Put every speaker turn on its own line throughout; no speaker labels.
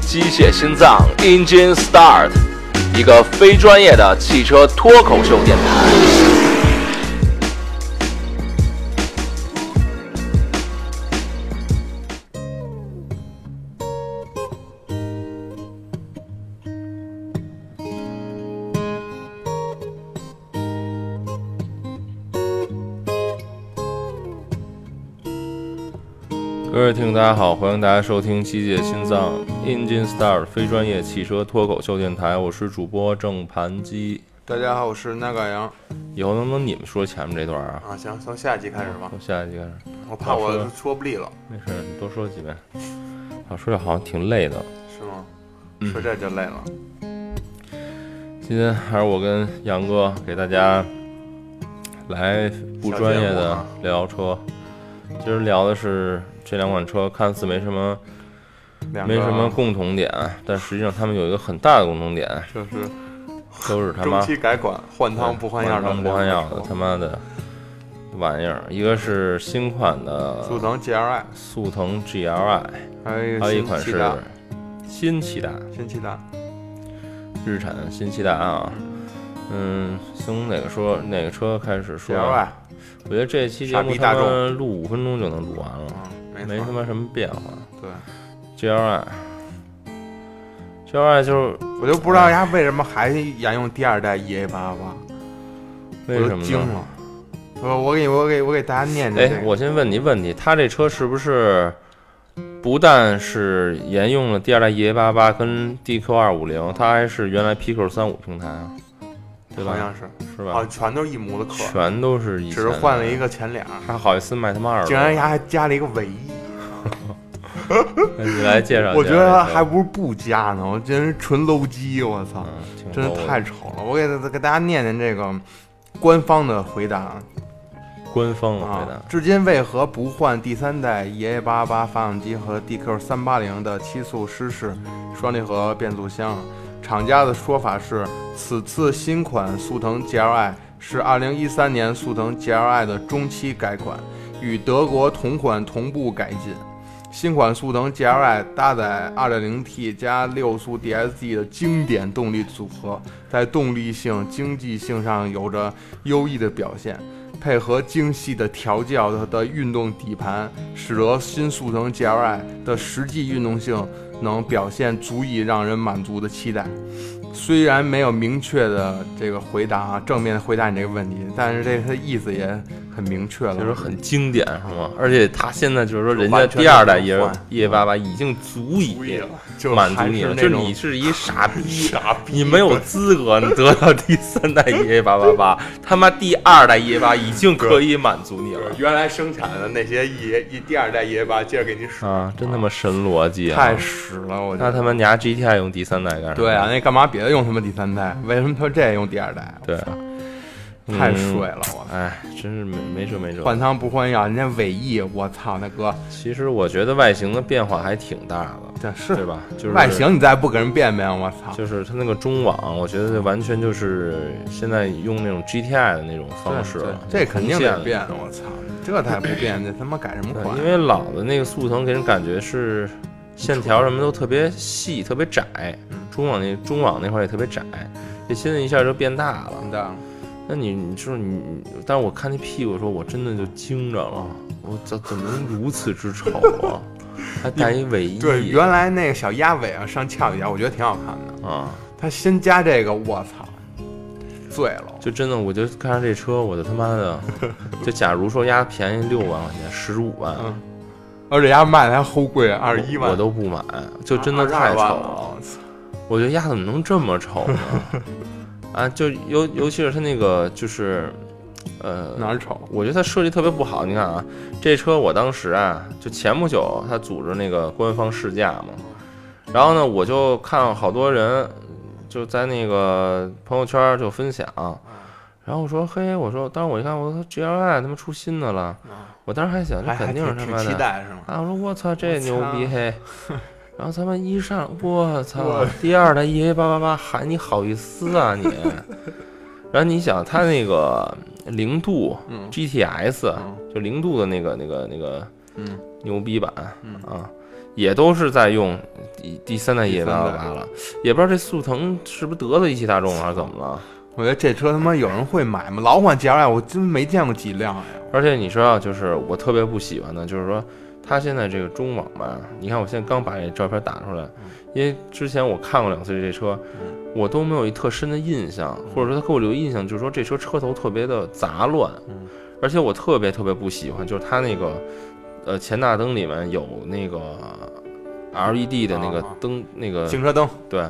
机械心脏 Engine Start，一个非专业的汽车脱口秀电台。各位听众，大家好，欢迎大家收听《机械心脏 Engine Start》非专业汽车脱口秀电台，我是主播郑盘基。
大家好，我是那个杨
以后能不能你们说前面这段啊？
啊，行，从下一集开始吧，
从下一集开始，
我怕我说不利了，
没事，你多说几遍。啊，说这好像挺累的。
是吗？
嗯
说这就累了，
今天还是我跟杨哥给大家来不专业的聊车。今儿聊的是这两款车，看似没什么
两个
没什么，共同点，但实际上它们有一个很大的共同点，
就是
都是他妈
中期改款，换汤不换药的
换汤不
两个车，
换药的他妈的玩意儿。一个是新款的
速腾 GLI，
速腾 GLI，
还有
还有一
个
款
新
是
骐达，
新骐达，
新骐达，
日产新骐达啊。嗯，从哪个说哪个车开始说
GLI，
我觉得这期节
傻
目
逼大
他
众
妈录五分钟就能录完了，
嗯，
没
没
他
错，
妈什么变化。
对，
GLI，GLI 就是
我就不知道人家为什么还沿用第二代 EA 八八八，
为
我
什
都
么
惊
呢？
了，我我给我给我给大家念念
哎，
这个，
我先问你问题，它这车是不是不但是沿用了第二代 EA 八八跟 DQ 二五零，它还是原来 PQ 三五平台啊，对
好
吧？
像是，
是
好
吧
像？全都是一模的壳，
全都是以
只
前
是
的
换了一，个前脸，
还好意思卖他妈二十
竟然人家还加了一个尾翼。
那你来介绍一下这车，
我觉得还不如不加呢，我真是纯 low 鸡，我操，
嗯，挺
真
low 的
是太丑了。我给大给大家念念这个官方的回答啊
官方了，回
啊
答，
至今为何不换第三代 EA 八八发动机和 DQ 三八零的七速湿式双离合变速箱？厂家的说法是，此次新款速腾 GLI 是2013年速腾 GLI 的中期改款，与德国同款同步改进。新款速腾 GLI 搭载 2.0T 加六速 DSG 的经典动力组合，在动力性、经济性上有着优异的表现。配合精细的调教的运动底盘，使得新速腾 GLI 的实际运动性能表现足以让人满足的期待。虽然没有明确的这个回答啊，正面的回答你这个问题，但是这它意思也很明确了。
就是很经典，是吗？而且它现在就是说，人家
完全
第二代
不
EA
换
EA 八八已经足以
无意了， 就
满足你了，就
这种
你是一傻逼，傻逼，你没有资格得到第三代 EA 八八八，他妈第二代 EA 八已经可以满足你了
原来生产的那些 E 一第二代 E 八，接着给你使，
啊！真他妈神逻辑啊！
太屎了，我觉
那
得。
他妈拿 GTI 用第三代干什么？
对啊，，那干嘛别的用他妈第三代？为什么他这用第二代？
对，嗯
太水了，我操！
哎，真是没没辙没辙。
换汤不换药，人家尾翼，我操，那哥，
其实我觉得外形的变化还挺大的，
这是
对吧？就是
外。形，你再不给人变变，我操，
就是它那个中网，我觉得完全就是现在用那种 GTI 的那种方式
对
了，
这肯定得
红线
变，我操，这才不变，这他妈改什么
对，
款
因？为老的那个速腾给人感觉是线条什么都特别细、特别窄，
嗯
中网那中网那块儿也特别窄，这现在一下就变大了。
真的，
那你你就是你，你但是我看那屁股的时候，我真的就惊着了，我怎怎么能如此之丑 啊？还带一尾翼，
对，原来那个小鸭尾啊，上翘一点，我觉得挺好看的。
啊，
他新加这个，我操，醉了，
就真的我就看上这车，我就他妈 的，就假如说压便宜六万块钱、十五万，
嗯，而且家卖的还齁贵，二十一万，
我都不买，就真的
22万
太丑了。
了，我操，
我觉得鸭怎么能这么丑呢？ 啊，就尤尤其是它那个就是，
哪
呃，
儿丑？
我觉得它设计特别不好。你看啊，这车我当时啊，就前不久它组织那个官方试驾嘛，然后呢，我就看好多人就在那个朋友圈就分享，然后我说嘿，我说，当时我一看，我说 G L I 他妈出新的了，我当时还想，这
还还
肯定是
挺
他
挺
妈
期
的。
待是吗？
啊！我说我操，这
我
牛
操
逼 嘿！然后咱们一上，我操
我，
第二代 EA 八八八，喊你好意思啊 你！然后你想，它那个零度
嗯
GTS，
嗯
就零度的那个那个那个
嗯
牛逼版
嗯
啊，也都是在用第第三代
第
野
三
八八
代
八了，也不知道这速腾是不是得罪一汽大众了还是怎么了。
我觉得这车他妈有人会买吗？老款 GLI 我真没见过几辆哎。
而且你知道，就是我特别不喜欢的，就是说它现在这个中网吧，你看我现在刚把这照片打出来，
嗯
因为之前我看过两次这车，我都没有一特深的印象，或者说它给我留印象就是说这车车头特别的杂乱
嗯，
而且我特别特别不喜欢，就是它那个呃前大灯里面有那个呃 LED 的那个
啊啊
灯，那个
行车灯
对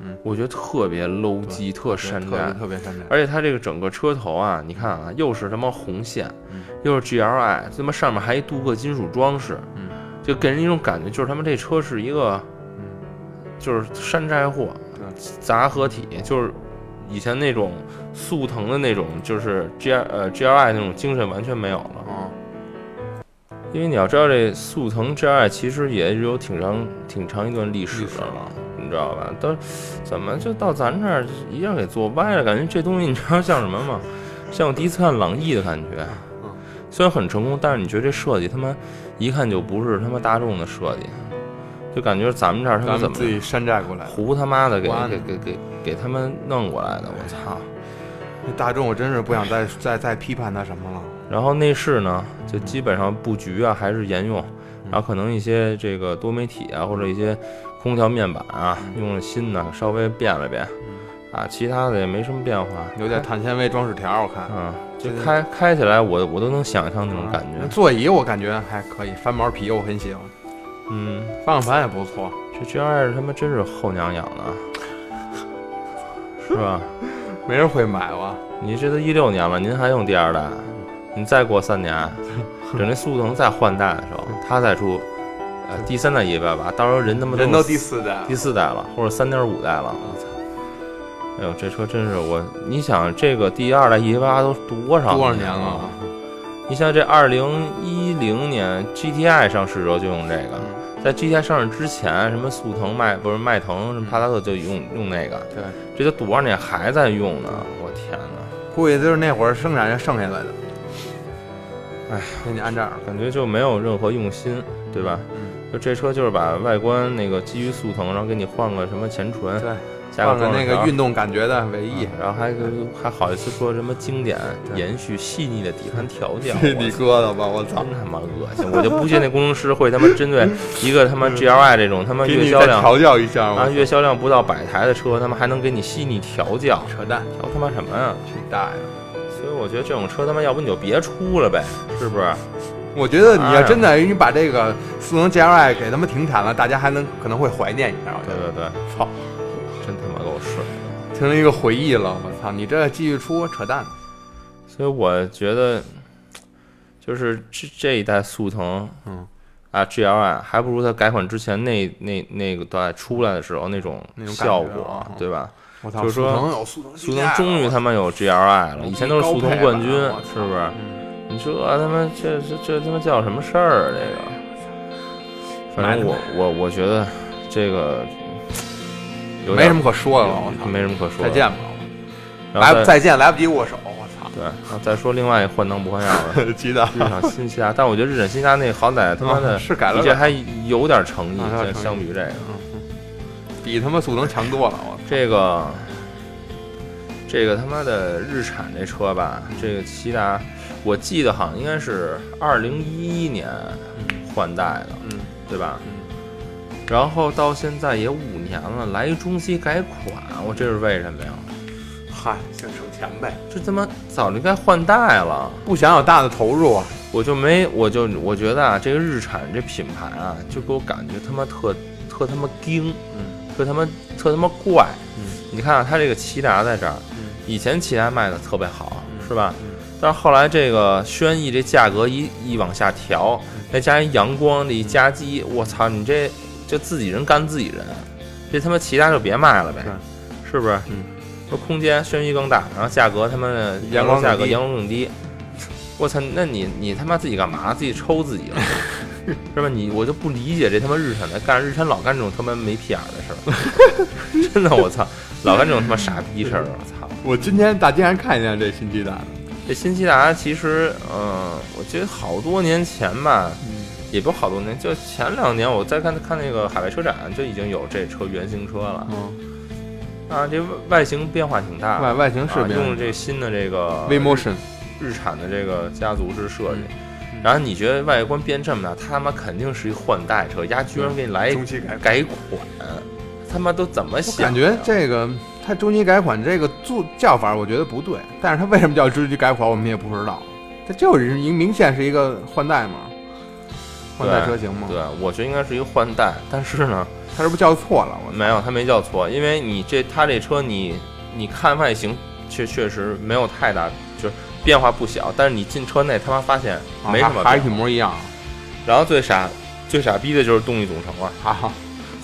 嗯，
我觉得特别 low 级，特山
特
寨
别。特别山寨。
而且它这个整个车头啊，你看啊，又是他妈红线
嗯，
又是 GLI，他妈上面还一镀铬金属装饰，
嗯
就给人一种感觉，就是他妈这车是一个
嗯，
就是山寨货
对，
杂合体，就是以前那种速腾的那种，就是 G 呃 GLI 那种精神完全没有了。
哦，
因为你要知道，这速腾 GLI 其实也有挺长挺长一段历史
历史
的了。
了。
你知道吧？都怎么就到咱这儿一样给做歪了？感觉这东西你知道像什么吗？ 像我第一次看朗逸的感觉
嗯，
虽然很成功，但是你觉得这设计他妈一看就不是他妈大众的设计，就感觉咱们这儿他妈
咱
怎
们
么
自己山寨过来的。
胡他妈的给
胡安
给给给给他们弄过来的？我操！
那大众我真是不想再再再批判它什么了。
然后内饰呢，就基本上布局啊还是沿用，
嗯
然后可能一些这个多媒体啊或者一些空调面板啊
嗯
用了新的，稍微变了变，啊，其他的也没什么变化。
有点碳纤维装饰条，我看。
嗯，就
这个啊
开开起来我我都能想象那种感
那
觉。
座椅嗯我感觉还可以，翻毛皮我很喜欢，
嗯，
方向盘也不错。
这 G 二他妈真是后娘养的啊，是吧？
没人会买吧？
你这都一六年了，您还用第二代？你再过三 年，等这速腾再换代的时候，它再出，呃，第三代 E 八八，到时候人他妈
人都第
四
四代了
第，四代了，或者三点五代了，我操！哎呦，这车真是我，你想这个第二代 E 八都多少
多少年
了
了？啊
你像这二零一零年 GTI 上市时候就用这个，
嗯
在 GTI 上市之前，什么速腾、迈不是迈腾、
嗯
什么帕萨特就用用那个，
对，
这都多少年还在用呢？我天哪，
估计就是那会儿生产人剩下来的。
哎，
给你按这儿，
感觉就没有任何用心，对吧？
嗯，
就这车就是把外观那个基于速腾，然后给你换个什么前唇，
对，
加
换个
装饰
那个
条
运动感觉的尾翼
嗯。然后还还好意思说什么经典
对
延续细腻的底盘调教，
这
我
你哥的吧，我操！
真他妈恶心！我就不信那工程师会他妈针对一个他妈 GLI 这种他妈
嗯给
月
你
销
再
量
调教一下
啊
我。
月销量不到百台的车，他妈还能给你细腻调教，
扯淡，
调他妈什么呀？
去你大爷！
所以我觉得这种车他妈要不你就别出了呗，是不是？
我觉得你要真的你把这个速腾 GLI 给他们停产了，大家还能可能会怀念一下。我觉
对
得
对对，
操，
真他妈够水的。
成了一个回忆了。我操，你这继续出扯淡。
所以我觉得，就是这这一代速腾，
嗯
啊 GLI 还不如它改款之前那那那个代出来的时候那种
那种感
效
觉
果
啊，嗯
对吧？
我操，
就是说
速腾有速腾，
速腾终于他妈有 GLI 了，以前都是速腾冠军，是不是？
嗯
你这他妈这这这他妈叫什么事儿啊？这个，反正我我我觉得这个有
没
点
什么可说的了。我操，
没什么可说的。
再见吧，
然后
来再见，来不及握手。我操，
对，然后再说另外一换汤不换药的
急的
日产新西啊兰，但我觉得日产新西兰那好歹他妈的
啊是改了
我觉得还有点诚意
啊有，
相
点诚意
相比于这个
比他妈速腾强多了。我操，
这个这个他妈的日产这车吧，这个骐达，我记得好像应该是二零一一年换代的，
嗯
对吧？
嗯，
然后到现在也五年了，来一中期改款，我这是为什么呀？
嗨，想省钱呗，
这他妈早就该换代了，
不想有大的投入啊。
我就没，我就我觉得啊，这个日产这品牌啊，就给我感觉他妈特特他妈精，
嗯
特他妈特他妈怪。
嗯
你看啊，它这个骐达在这儿，
嗯
以前骐达卖的特别好，
嗯
是吧？
嗯
但是后来这个轩逸这价格一一往下调，
嗯
再加一阳光这一加机，我操，你这就自己人干自己人，啊这他妈骐达就别卖了呗，是不是？
嗯，
说空间轩逸更大，然后价格他妈的
阳光
价
更
格
低
阳光更低， 我操，那你你他妈自己干嘛？自己抽自己 了。是吧？你我就不理解这他妈日产在干，日产老干这种他妈没屁眼儿的事 儿，真的我操，老干这种他妈傻逼事儿，我操！
我今天大街上看见这新鸡蛋了。
这新骐达其实，嗯、我觉得好多年前吧，
嗯，
也不好多年，就前两年我再看看那个海外车展，就已经有这车原型车了
嗯，
啊，这外形变化挺大，
外外形是
啊、
变
用这新的这个
v motion，
日产的这个家族式设计。
嗯
然后你觉得外观变这么大，他妈肯定是一换代车，丫居
嗯
然给你来一
中期改款
哎改款，他妈都怎么
我
想的呀？
感觉这个它中期改款这个做叫法，我觉得不对。但是它为什么叫中期改款，我们也不知道。它就是明明显是一个换代嘛，换代车型嘛。
对，我觉得应该是一个换代，但是呢，
它是不是叫错了？我
没有他没叫错，因为你这他这车你你看外形确确实没有太大，就是变化不小，但是你进车内他妈发现
啊
没什么
还还
变
是一
化。
模一样。
然后最傻最傻逼的就是动力总成了
哈哈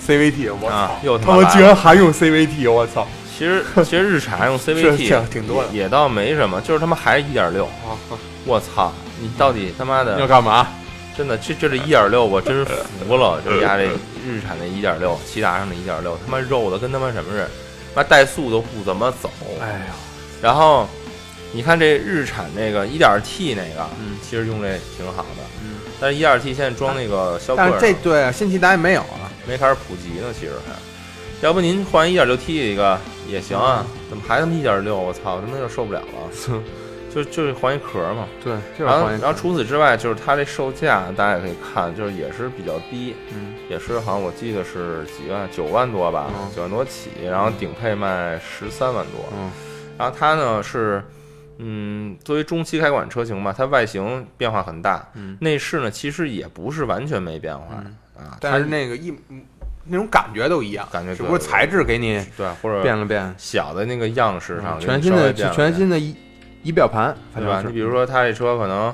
，CVT，我
啊
操，，
又
他
妈
们
来
居
了
然还用 CVT，我操！
其实其实日产 用
是
CVT
挺挺多的。
也倒没什么，就是他妈还是一点六，
啊啊
我操！你到底他妈
要
的
干嘛？
真的这这这一点六，我真是服
嗯
了，这家这日产的一点六，骐达上的一点六，他妈肉的跟他妈什么似的，妈怠速都不怎么走。
哎呀，
然后你看这日产这个 1.T 那个，
嗯
其实用这挺好的，
嗯
但是 1.T 现在装那个销
但
冠
是这对啊新骐达也没有啊。
没开始普及呢，其实还。要不您换一 1.6T 一个也行啊？
嗯
怎么还他妈1.6？我操，他妈就受不了了。 就就是换一壳嘛，
对，就是
然后
换一
然
个
后除此之外，就是它这售价大家也可以看，就是也是比较低，
嗯
也是好像我记得是几万九万多吧，
嗯
九万多起，然后顶配卖十三万多，
嗯
然后它呢是，嗯，作为中期改款车型嘛，它外形变化很大，
嗯，
内饰呢其实也不是完全没变化、
嗯
啊，
但是那个一嗯那种感觉都一样，
感觉
只不过
对
材质给你
它对或者
变了变。
小的那个样式上、
全新的全新的仪仪表盘，反
对
正
吧？
是
你比如说它这车可能。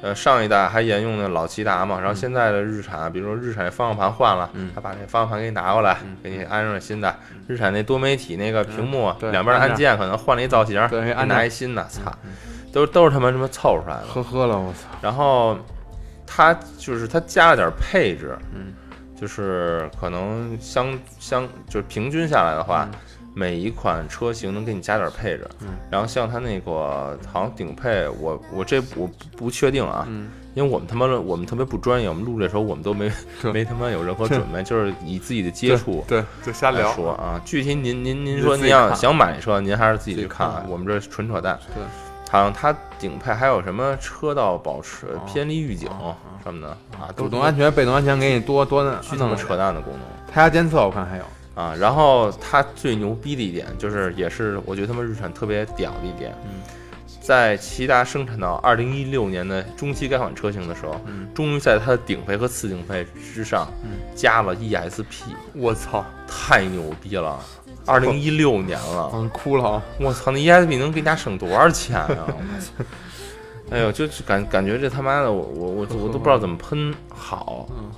呃，上一代还沿用的老骐达嘛，然后现在的日产，比如说日产方向盘换了，
嗯
他把这方向盘给你拿过来，
嗯
给你安上新的。日产那多媒体那个屏幕、啊
嗯对
两边的
按
按键可能换了一造型，
对
给你
按
拿
键嗯
一新的，操，都都是他妈什么凑出来的。
呵呵了，我操，
然后它就是它加了点配置，
嗯，
就是可能相相就是平均下来的话，每一款车型能给你加点配置，
嗯，
然后像它那个好像顶配，我我这我不不确定啊，
嗯，
因为我们他妈我们特别不专业，我们录这时候我们都没
对
没他妈有任何准 备，就是以自己的接触。
对，
就瞎
来
聊。
说啊，具体您您您
就
说
自
您
己
要
看
想买车，您还是自己
自己
去看，
看
我们这纯扯淡。
对，
好像它顶配还有什么车道保持
哦
偏离预警
哦
什么的啊，都
主
是
动安全、被动安全给你多多
巨他
弄
妈
了
扯淡的功能
胎压监测我看还有，
啊！然后它最牛逼的一点就是，也是我觉得他们日产特别屌的一点
嗯，
在骐达生产到二零一六年的中期改款车型的时候，
嗯，
终于在它的顶配和次顶配之上
嗯
加了 ESP，
我操，
太牛逼了！二零一六年了。
嗯，哭了 啊，
我操，那 ESP 能给家省多少钱啊！我操，哎呦，就是感感觉这他妈的，我我我我都不知道怎么喷好。
嗯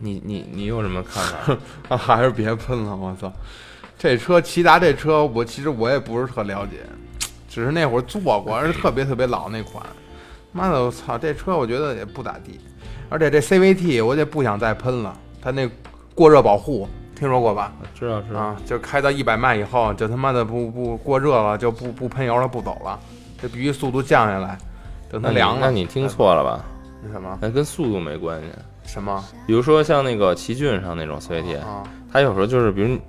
你你你有什么看 法？
啊，还是别喷了，我操，这车骐达这车我其实我也不是特了解，只是那会儿坐过，而且特别特别老那款，妈的，我操，这车我觉得也不咋地，而且这 CVT 我就不想再喷了，它那过热保护听说过吧？
知道知道，
啊，就开到一百迈以后，就他妈的不不过热了，就不不喷油了，不走了，这必须速度降下来，等它
那
凉
你那
了。
你听错了吧？
那什么
那跟速度没关系。
什么
比如说像那个奇骏上那种 CVT，
啊？
它有时候就是，比如你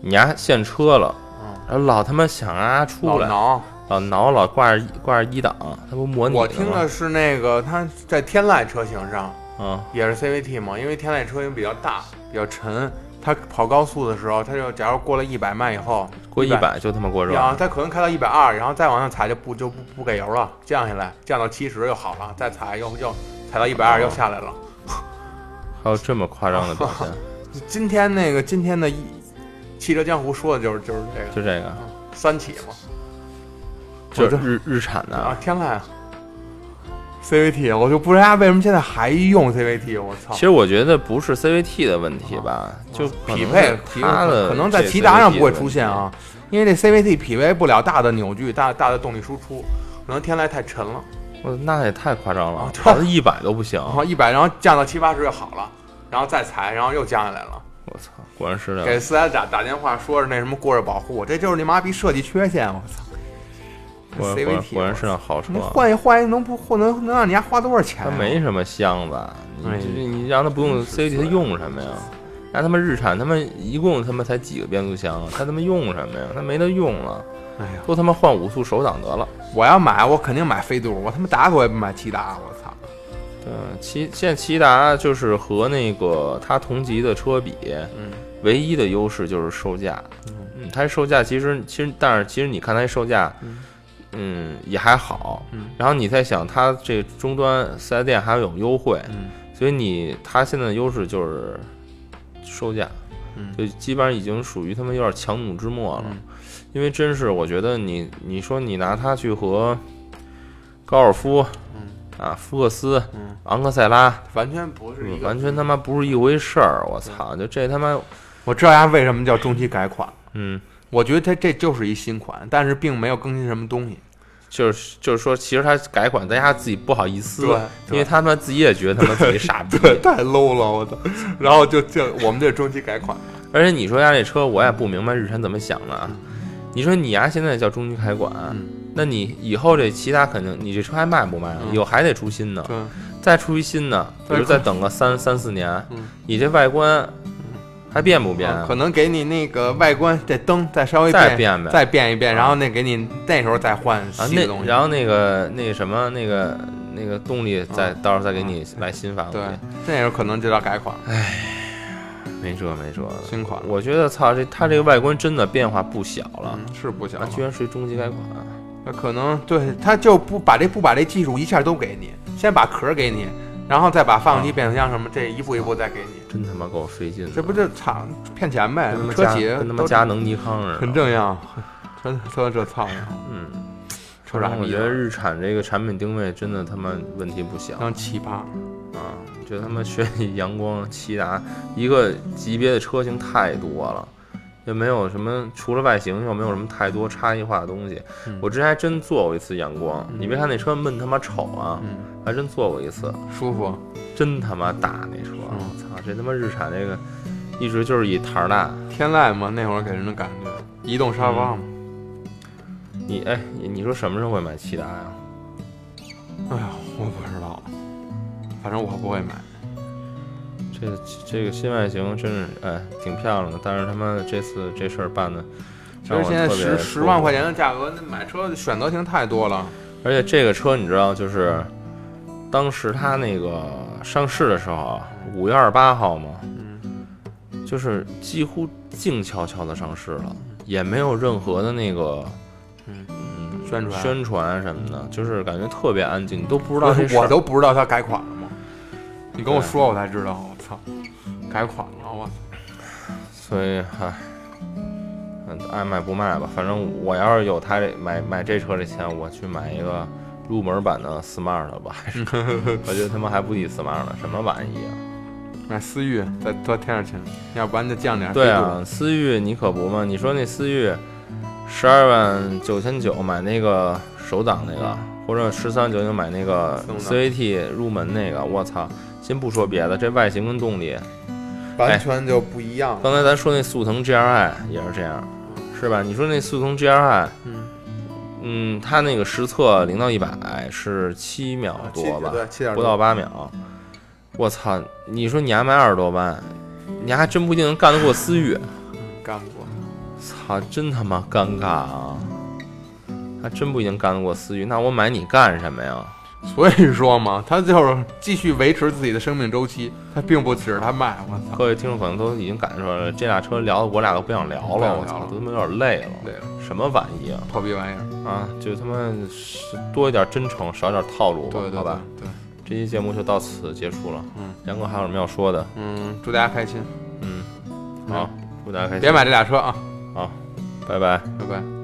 你丫陷车了，
嗯，
然后老他妈想让丫
老
出来，
挠。
老挠老挂着挂着一档，它不模拟
我听
了
的是那个它在天籁车型上
啊，
也是 CVT 嘛，因为天籁车型比较大，比较沉，它跑高速的时候，它就假如过了一百迈以后，
过一
100
百就他妈过热，
啊，它可能开到一百二，然后再往上踩就不就不不给油了，降下来，降到七十又好了，再踩又又踩到一百二又下来
哦
了。
还有这么夸张的表 现，
今天那个今天的一汽车江湖说的就是就是这个
就这个。
三起嘛，
就
我
是
这
日日产的
啊
啊。
天籁啊，CVT，我就不知道为什么现在还用 CVT，我操
其，实我觉得不是 CVT 的问
哦
题吧，就啊可能
匹配匹配
它的
可能在
这
骐达上不会
CVT
出现啊，因为这 CVT 匹配不了大的扭矩、大大的动力输出，可能天籁太沉了，
的问题。我哦那也太夸张了
啊，对哦
跑到一百都不行。
然后一百，然后降到七八十就好了，然后再踩，然后又降下来了。
我操，果然是这
给
样。
四 S 打打电话说是那什么过热保护，这就是你妈逼设计缺陷，我操！
果然果然
CVT，
果然是啊辆好车
能。换一换一能不换能能让你家花多少钱、
它
啊？
没什么箱子，
哎
你这你让它不用 CVT，它用什么呀？那他妈日产他们一共他妈才几个变速箱啊？它他妈用什么呀？它没得用了，
哎呀，
都他妈换五速手挡得了。
我要买我肯定买飞度，我他妈打死我也不买骐达，我操！
对，骐现在骐达就是和那个它同级的车比，
嗯，
唯一的优势就是售价。
嗯
嗯，它售价其实其实，但是其实你看它售价
嗯，
嗯，也还好。
嗯
然后你再想它这终端四 S 店还有优惠，
嗯
所以你它现在的优势就是售价，
嗯
就基本上已经属于他们有点强弩之末了。
嗯
因为真是，我觉得你你说你拿它去和高尔夫、
嗯
啊福克斯、
嗯，
昂克赛拉，
完全不是一个。嗯
完全他妈不是一回事儿。我操，就这他妈，
我知道它为什么叫中期改款，
嗯，
我觉得它这就是一新款，但是并没有更新什么东西。
就是就是说，其实他改款，大家自己不好意思，
对
因为他们自己也觉得他们自己傻逼。
对，太 low 了，我操！然后就就我们这中期改款，
而且你说家这车，我也不明白日产怎么想的啊。你说你呀，现在叫中期改款，
嗯
那你以后这其他肯定，你这车还卖不卖了？
嗯
以后还得出新的，
对，
再出一新的，比如
再
再等个三三四年，
嗯
你这外观还变不变？
啊可能给你那个外观这灯再稍微
再
变
变呗。
再变一变，
啊
然后那给你那时候再换
啊，
新的东
那
西。
然后那个那个什么那个那个动力再、到时候再给你来新发过
嗯对
去，，
那时候可能就叫改款
没辙没辙的。
新款了。
我觉得操，这它这个外观真的变化不小了，
嗯，是不小
啊，
了，
居然是一中级改款，啊
那可能对他就不把这不把这技术一下都给你，先把壳给你，然后再把
啊
发动机、变速箱什么这一步一步再给你，
真他妈够费劲的。
这不就厂骗钱呗？
跟他妈
车
加
企
跟他妈
都
加能尼康似的，
很正样，真说这操样，
嗯，
臭傻
我
逼
觉，得日产这个产品定位真的他妈问题不小
当奇葩。嗯
啊！就他妈学习阳光、骐达一个级别的车型太多了，也没有什么除了外形又没有什么太多差异化的东西。
嗯
我之前还真坐过一次阳光，
嗯
你别看那车闷他妈丑啊，
嗯，
还真坐过一次，
舒服，
真他妈大那车！
嗯
我操，这他妈日产这个一直就是以台儿大。
天籁嘛，那会儿给人的感觉，移动沙发嘛。
你哎，你你说什么时候会买骐达呀？嗯
哎呀，我不知道，反正我不会买。
这这个新外形真是哎挺漂亮的，但是他妈这次这事儿办的，
其实现在十十万块，钱的价格，那买车的选择性太多了。
而且这个车你知道，就是当时它那个上市的时候，啊五月二十八号嘛，
嗯
就是几乎静悄悄的上市了，也没有任何的那个
嗯，
嗯
宣传
宣传什么的，就是感觉特别安静，你都不知道这事
我
儿。
都不知道它改款了吗？你跟我
对
说我才知道，我操，改款了，我操，
所以唉，嗯，爱卖不卖吧，反正我要是有他这买买这车这钱，我去买一个入门版的 smart 吧，还 是我觉得他妈还不抵 smart 呢，什么玩意啊？
买思域再多添点钱，要不然就降点。
对，啊，思域你可不嘛，你说那思域十二万九千九买那个手挡那个，或者十三九九买那个
自动挡
CVT 入门那个，我操！先不说别的，这外形跟动力，哎
完全就不一样了。
刚才咱说那速腾 GLI 也是这样，是吧？你说那速腾 GLI。
嗯，
嗯，它那个实测零到一百是啊七秒多吧，
对，七点
不到八秒。我操！你说你还卖二十多万，你还真不一定能干得过思域。
干过。
操，真他妈尴尬啊！还真不一定干得过思域，那我买你干什么呀？
所以说嘛，他就是继续维持自己的生命周期，他并不指着他卖，我操，
各位听众可能都已经感受出来了，这俩车聊的我俩都不想聊
不想
了，我
聊
操
了，
都他妈有点累了。
对了，
什么玩意啊？
破逼玩意儿，
啊，就他妈是多一点真诚，少点套路吧，
对对
好
对
吧？
对，
这期节目就到此结束了。
嗯，
杨哥还有什么要说的？
嗯，祝大家开心，
嗯，好，祝大家开心，
别买这俩车啊，
好，拜拜。
拜拜。